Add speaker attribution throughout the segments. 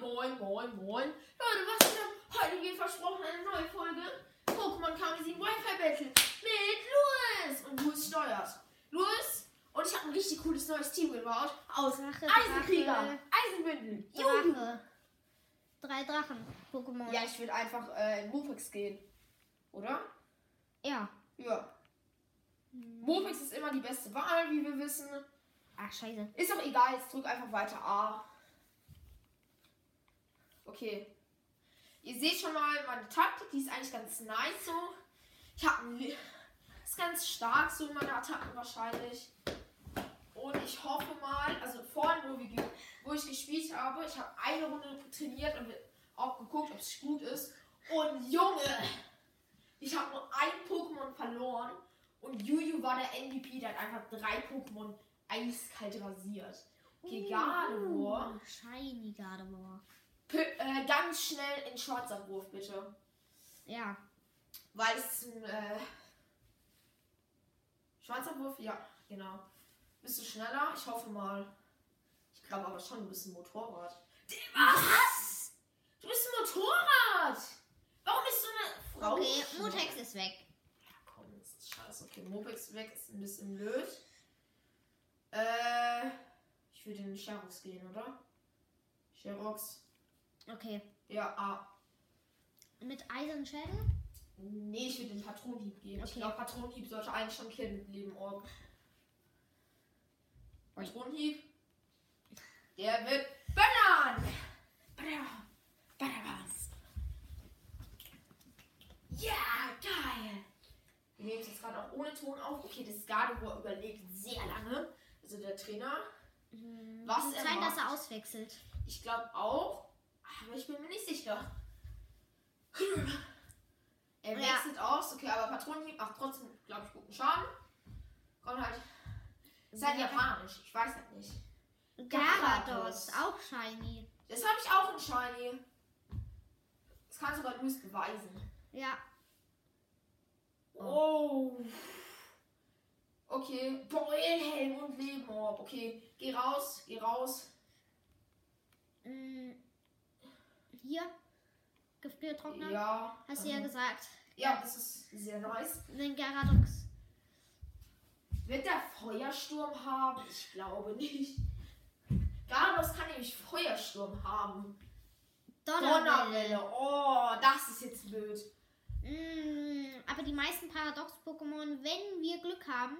Speaker 1: moin, moin. Leute, was geht ab? Heute, wie versprochen, eine neue Folge Pokémon Karmesin Wi-Fi Battle mit Louis und Louis steuert. Louis und ich habe ein richtig cooles neues Team gebaut aus
Speaker 2: Drache,
Speaker 1: Eisenkrieger,
Speaker 2: Drache,
Speaker 1: Eisenbündel, Juhu.
Speaker 2: Drache. Drei Drachen. Pokémon.
Speaker 1: Ja, ich will einfach äh, in Mofix gehen. Oder?
Speaker 2: Ja.
Speaker 1: Ja.
Speaker 2: Hm.
Speaker 1: Mofix ist immer die beste Wahl, wie wir wissen.
Speaker 2: Ach, scheiße.
Speaker 1: Ist auch egal, jetzt drück einfach weiter A. Okay. Ihr seht schon mal meine Taktik, die ist eigentlich ganz nice so. Ich hab ein Li- ist ganz stark so meine Attacken wahrscheinlich. Und ich hoffe mal, also vorhin, wo, wir, ge- wo ich gespielt habe, ich habe eine Runde trainiert und auch geguckt, ob es gut ist. Und Junge, ich habe nur ein Pokémon verloren und Juju war der MVP, der hat einfach drei Pokémon eiskalt rasiert. Okay, Gardevoir.
Speaker 2: Uh, Shiny Gardevoir.
Speaker 1: P äh, ganz schnell in schwarzer Wurf, bitte.
Speaker 2: Ja.
Speaker 1: Weil es ein äh, schwarzer Wurf, ja, genau. Bist du schneller? Ich hoffe mal. Ich glaube aber schon, du bist ein Motorrad. Was? Du bist ein Motorrad! Warum bist du eine Frau?
Speaker 2: Okay, Mutex ist weg.
Speaker 1: Komm, das ist scheiße. Okay, Mopex weg ist ein bisschen blöd. Äh, ich würde in Sherox gehen, oder? Sherox.
Speaker 2: Okay.
Speaker 1: Ja, ah.
Speaker 2: Mit Eisenschädel?
Speaker 1: Nee, ich würde den Patronenhieb gehen. Ich
Speaker 2: Okay.
Speaker 1: glaube, Patronenhieb sollte eigentlich schon killen mit Leben Orb. Patronenhieb. Der wird böllern! Böllern! Böllern! Ja, geil! Wir nehmen es jetzt gerade auch ohne Ton auf. Okay, das Gardevoir überlegt sehr lange. Also der Trainer.
Speaker 2: Hm,
Speaker 1: Was
Speaker 2: kann
Speaker 1: er
Speaker 2: sein, dass
Speaker 1: macht.
Speaker 2: er auswechselt.
Speaker 1: Ich glaube auch, aber ich bin mir nicht sicher. Er
Speaker 2: Ja.
Speaker 1: wechselt aus, okay, aber Patronenhieb macht trotzdem, glaube ich, guten Schaden. Kommt halt. Ist halt japanisch, ich weiß halt nicht. Garados.
Speaker 2: Garados. Auch Shiny.
Speaker 1: Das habe ich auch in Shiny. Das kann sogar Luis beweisen.
Speaker 2: Ja.
Speaker 1: Oh. Okay, Beulenhelm und Lebenmorb. Okay, geh raus, geh raus.
Speaker 2: Hm. Hier. Gefriertrockner.
Speaker 1: Ja. ähm,
Speaker 2: Hast du ja gesagt.
Speaker 1: Ja, das ist sehr nice.
Speaker 2: Den Garadox.
Speaker 1: Wird der Feuersturm haben? Ich glaube nicht. Gardos kann nämlich Feuersturm haben.
Speaker 2: Donnerwelle.
Speaker 1: Donnerwelle. Oh, das ist jetzt blöd. Mhm.
Speaker 2: Mm, aber die meisten Paradox-Pokémon, wenn wir Glück haben,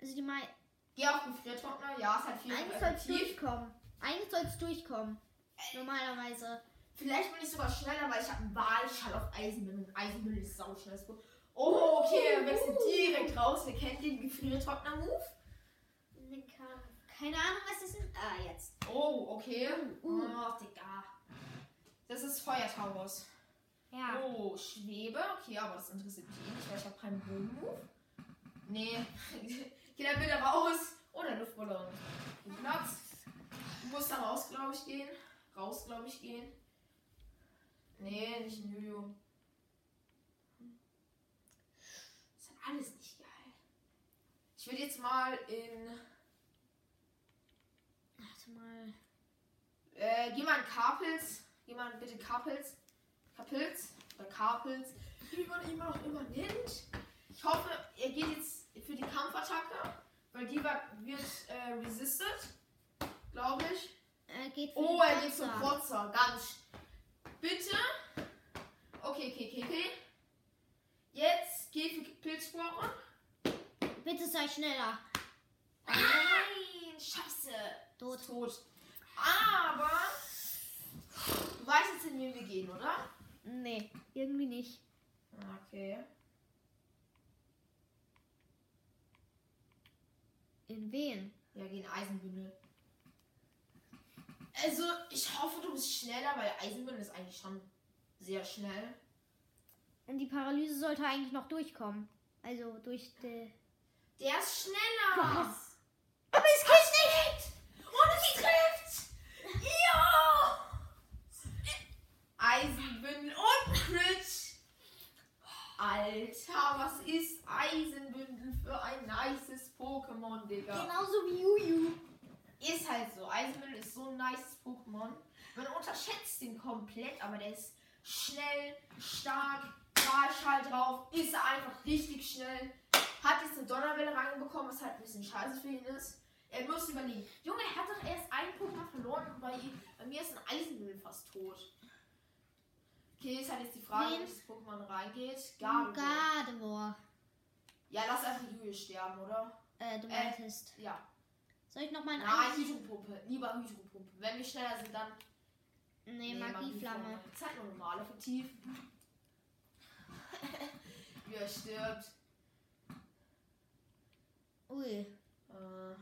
Speaker 2: also die mei-
Speaker 1: Geh auf den Gefriertrockner. Ja, ist halt viel
Speaker 2: eigentlich
Speaker 1: zu
Speaker 2: soll es
Speaker 1: effektiv.
Speaker 2: durchkommen. Eigentlich soll es durchkommen. Normalerweise.
Speaker 1: Vielleicht bin ich sogar schneller, weil ich habe einen Wahlschall auf Eisenmüll. Und Eisenmüll ist sauschnell. Das Bo- Oh, okay, wir wechseln direkt raus. Ihr kennt den Gefriertrockner-Move.
Speaker 2: Keine Ahnung, was das ist. Ah, jetzt.
Speaker 1: Oh, okay.
Speaker 2: Uh.
Speaker 1: Oh, Digga. Das ist Feuertaubos.
Speaker 2: Ja.
Speaker 1: Oh, Schwebe. Okay, aber das interessiert mich eh nicht, weil ich habe keinen Bogenmove. Nee. Geh da bitte raus. Oder Luftballon. Gut Platz. Du musst da raus, glaube ich, gehen. Raus, glaube ich, gehen. Nee, nicht in Julio. Ist halt alles nicht geil. Ich würde jetzt mal in.
Speaker 2: Warte mal.
Speaker 1: Äh, geh mal in Kapels. Geh mal bitte Kapels. Kapels. Oder Kapels. Wie man ihn auch immer nennt. Ich hoffe, er geht jetzt für die Kampfattacke. Weil die wa- wird äh, resisted. Glaube ich.
Speaker 2: Er Äh, geht für
Speaker 1: Oh,
Speaker 2: den
Speaker 1: er geht zum
Speaker 2: Panzer.
Speaker 1: Protzer. Ganz. sch- Bitte. Okay, okay, okay, okay. Jetzt geh für Pilzsporen.
Speaker 2: Bitte sei schneller.
Speaker 1: Nein, scheiße.
Speaker 2: Tot.
Speaker 1: Ist tot. Aber. Du weißt jetzt, in wen wir gehen, oder?
Speaker 2: Nee, irgendwie nicht.
Speaker 1: Okay.
Speaker 2: In wen?
Speaker 1: Ja, gegen Eisenbündel. Also, ich hoffe, du bist schneller, weil Eisenbündel ist eigentlich schon sehr schnell.
Speaker 2: Und die Paralyse sollte eigentlich noch durchkommen. Also durch die.
Speaker 1: Der ist schneller!
Speaker 2: Was?
Speaker 1: Aber es geht nicht! Und sie trifft! Ja! Eisenbündel und Crit! Alter, was ist Eisenbündel für ein nices
Speaker 2: Genau,
Speaker 1: Pokémon, Digga?
Speaker 2: Genauso wie Juju.
Speaker 1: Ist halt so. Eisenbündel ist so ein nices Pokémon. Man unterschätzt ihn komplett, aber der ist schnell, stark, Wahlschall drauf, ist er einfach richtig schnell. Hat jetzt eine Donnerwelle reinbekommen, was halt ein bisschen scheiße für ihn ist. Er muss überlegen. Junge, er hat doch erst einen Pokémon verloren und bei, ihm, bei mir ist ein Eisenmüll fast tot. Okay, ist halt jetzt die Frage,
Speaker 2: Wen?
Speaker 1: welches Pokémon reingeht. Gardevoir.
Speaker 2: Gardevoir.
Speaker 1: Ja, lass einfach Julia sterben, oder?
Speaker 2: Äh, du
Speaker 1: Äh.
Speaker 2: meintest.
Speaker 1: Ja.
Speaker 2: Soll ich nochmal ein
Speaker 1: Nein, Hydropumpe. Lieber Hydropumpe. Wenn wir schneller sind, dann.
Speaker 2: Nee, Magieflamme.
Speaker 1: Zeit halt nur normale Vertief. Ihr stirbt.
Speaker 2: Ui.
Speaker 1: Äh.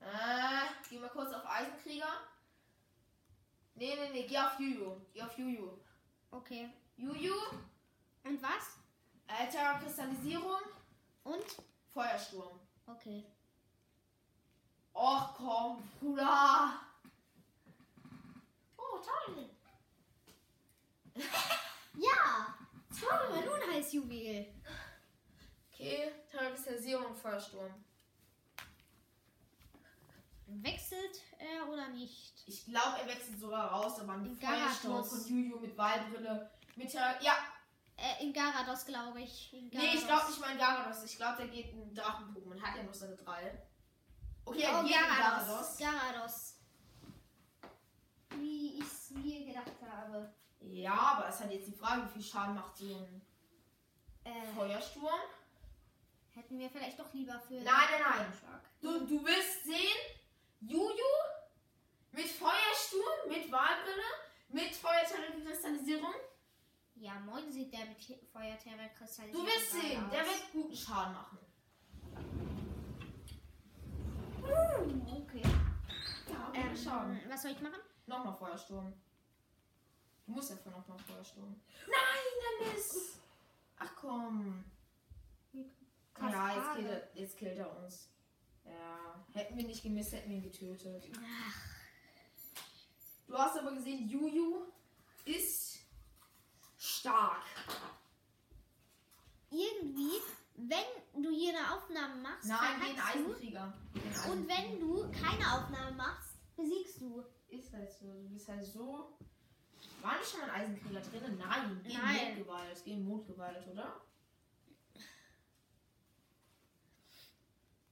Speaker 1: Äh, geh mal kurz auf Eisenkrieger. Nee, nee, nee, geh auf Juju. Geh auf Juju.
Speaker 2: Okay.
Speaker 1: Juju, äh,
Speaker 2: Und was?
Speaker 1: Alter, Kristallisierung,
Speaker 2: Und?
Speaker 1: Feuersturm.
Speaker 2: Okay.
Speaker 1: Och komm, Bruder. Oh, toll.
Speaker 2: Ja! Toll, weil nun heißt Juwel.
Speaker 1: Okay, Kristallisierung, Feuersturm.
Speaker 2: Wechselt er oder nicht?
Speaker 1: Ich glaube, er wechselt sogar raus, aber ein
Speaker 2: In
Speaker 1: Feuersturm
Speaker 2: Garados.
Speaker 1: von Juju mit Wahlbrille. Mit der, ja,
Speaker 2: Äh, in Garados, glaube ich. In
Speaker 1: nee, ich
Speaker 2: Garados.
Speaker 1: glaube nicht mal in Garados. Ich glaube, der geht in Drachenpokémon. Hat ja noch seine drei. Okay, er
Speaker 2: oh,
Speaker 1: geht in Garados.
Speaker 2: Garados. Garados. Wie ich es mir gedacht habe.
Speaker 1: Ja, aber es hat jetzt die Frage, wie viel Schaden macht so ein
Speaker 2: Äh,
Speaker 1: Feuersturm?
Speaker 2: hätten wir vielleicht doch lieber für.
Speaker 1: Nein, nein, nein.
Speaker 2: Schlag.
Speaker 1: Du, du wirst sehen, Juju mit Feuersturm, mit Wahlbrille, mit Feuertelekristalisierung.
Speaker 2: Ja, moin sieht der mit Te- Feuerterra kristallisiert.
Speaker 1: Du wirst
Speaker 2: gerade
Speaker 1: sehen, der
Speaker 2: aus.
Speaker 1: wird guten Schaden machen.
Speaker 2: Hm, Okay.
Speaker 1: Ja, guten
Speaker 2: Ähm,
Speaker 1: Schaden.
Speaker 2: was soll ich machen?
Speaker 1: Nochmal Feuersturm. Du musst einfach nochmal Feuersturm. Nein, der Mist! Ach komm. Ja, jetzt killt, er, jetzt killt er uns. Ja. Hätten wir nicht gemisst, hätten wir ihn getötet. Du hast aber gesehen, Juju ist stark.
Speaker 2: Irgendwie, wenn du hier eine Aufnahme machst,
Speaker 1: Nein, wie ein
Speaker 2: verkackst du.
Speaker 1: Eisenkrieger. Wie ein
Speaker 2: Und
Speaker 1: Eisenkrieger.
Speaker 2: wenn du keine Aufnahme machst, besiegst du.
Speaker 1: Ist halt so. Du bist halt so. War nicht schon mal ein Eisenkrieger drin? Nein. Gegen
Speaker 2: Nein.
Speaker 1: Mondgewalt. Gegen Mondgewalt, oder?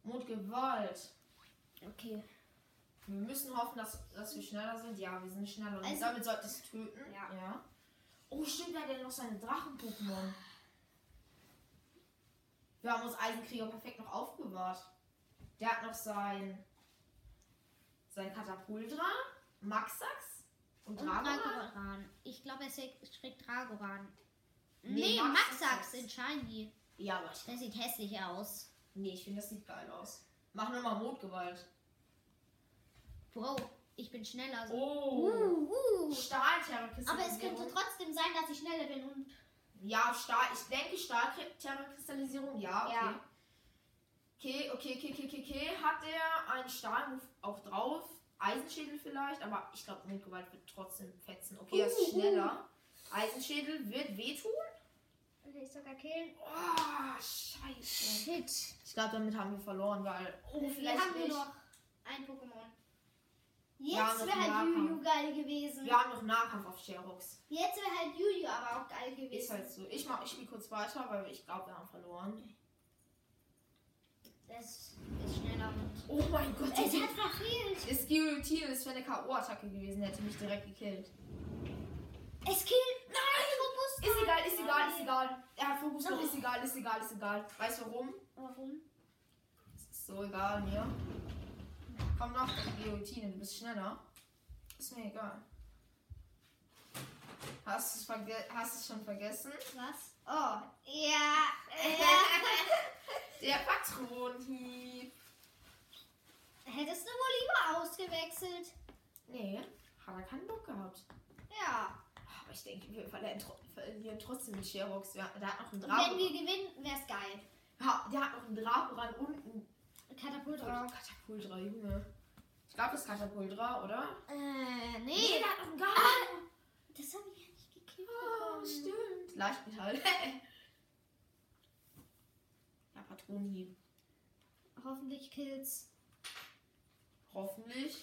Speaker 1: Mondgewalt.
Speaker 2: Okay.
Speaker 1: Wir müssen hoffen, dass, dass wir schneller sind. Ja, wir sind schneller. Und
Speaker 2: Also-
Speaker 1: damit solltest du töten.
Speaker 2: Ja.
Speaker 1: Oh, stimmt, da hat er noch seine Drachen-Pokémon. Wir haben uns Eisenkrieger perfekt noch aufbewahrt. Der hat noch sein. sein Katapuldra, Maxax und
Speaker 2: Und
Speaker 1: Dragoran.
Speaker 2: Dragoran. Ich glaube, er schlägt Dragoran.
Speaker 1: Nee,
Speaker 2: Nee,
Speaker 1: Max
Speaker 2: Maxax
Speaker 1: ist
Speaker 2: in Shiny.
Speaker 1: Ja, aber ich,
Speaker 2: Der sieht hässlich aus.
Speaker 1: nee, ich finde das sieht geil aus. Mach nur mal Mondgewalt.
Speaker 2: Wow, ich bin schneller. So.
Speaker 1: Oh.
Speaker 2: Uh, uh.
Speaker 1: Stahlterrorkiste.
Speaker 2: Aber es könnte trotzdem sein, dass ich schneller bin. Und
Speaker 1: Ja, Stahl. Ich denke Stahlterrorkristallisierung. Ja, okay.
Speaker 2: Ja.
Speaker 1: Okay, okay, okay, okay, okay, okay. Hat er einen Stahlmove auch drauf? Eisenschädel vielleicht, aber ich glaube, Mondgewalt wird trotzdem fetzen. Okay, er
Speaker 2: Uh,
Speaker 1: ist
Speaker 2: uh.
Speaker 1: schneller. Eisenschädel wird wehtun.
Speaker 2: will ich sogar killen.
Speaker 1: Oh, scheiße.
Speaker 2: Shit.
Speaker 1: Ich glaube, damit haben wir verloren, weil. Oh,
Speaker 2: Vielleicht
Speaker 1: vielleicht
Speaker 2: haben wir
Speaker 1: nicht.
Speaker 2: noch ein Pokémon.
Speaker 1: Ja,
Speaker 2: Jetzt
Speaker 1: mit
Speaker 2: wäre halt
Speaker 1: Nahkampf.
Speaker 2: Juju geil gewesen.
Speaker 1: Wir haben noch Nahkampf auf Sherox.
Speaker 2: Jetzt wäre halt Juju aber auch geil
Speaker 1: Ist
Speaker 2: gewesen.
Speaker 1: halt so. Ich mach, ich spiel kurz weiter, weil ich glaube, wir haben verloren.
Speaker 2: Das ist schneller. Und
Speaker 1: Oh mein Gott,
Speaker 2: es hat verfehlt.
Speaker 1: das Guillotine ist wäre eine K.O.-Attacke gewesen, hätte mich direkt gekillt.
Speaker 2: Es killt. Nein,
Speaker 1: Ist egal, ist egal, ist egal. Er hat Fokus noch, ist egal, ist egal, ist egal. Weißt du warum?
Speaker 2: Warum?
Speaker 1: Ist so egal mir. Komm noch, Guillotine, du bist schneller. Ist mir egal. Hast du es verge- hast es schon vergessen?
Speaker 2: Was? Oh, ja. Äh,
Speaker 1: Der Patronenhieb.
Speaker 2: hättest du wohl lieber ausgewechselt?
Speaker 1: Nee, hat er keinen Bock gehabt.
Speaker 2: Ja.
Speaker 1: Aber ich denke, wir verlieren, tro- verlieren trotzdem mit Sherox. Der, der hat noch einen
Speaker 2: Und
Speaker 1: Drago.
Speaker 2: Wenn wir gewinnen, wär's geil.
Speaker 1: Ha, der hat noch einen Dragoran unten.
Speaker 2: Katapult
Speaker 1: Oder
Speaker 2: drauf.
Speaker 1: Katapultra, Junge. Ich glaube, das ist Katapultra, oder?
Speaker 2: Äh,
Speaker 1: Nee,
Speaker 2: nee.
Speaker 1: der hat noch einen Garten.
Speaker 2: Das habe ich ja nicht gekillt.
Speaker 1: Ah,
Speaker 2: bekommen.
Speaker 1: stimmt. Leichtmetall. ja, Patronenhieb.
Speaker 2: Hoffentlich kills.
Speaker 1: Hoffentlich.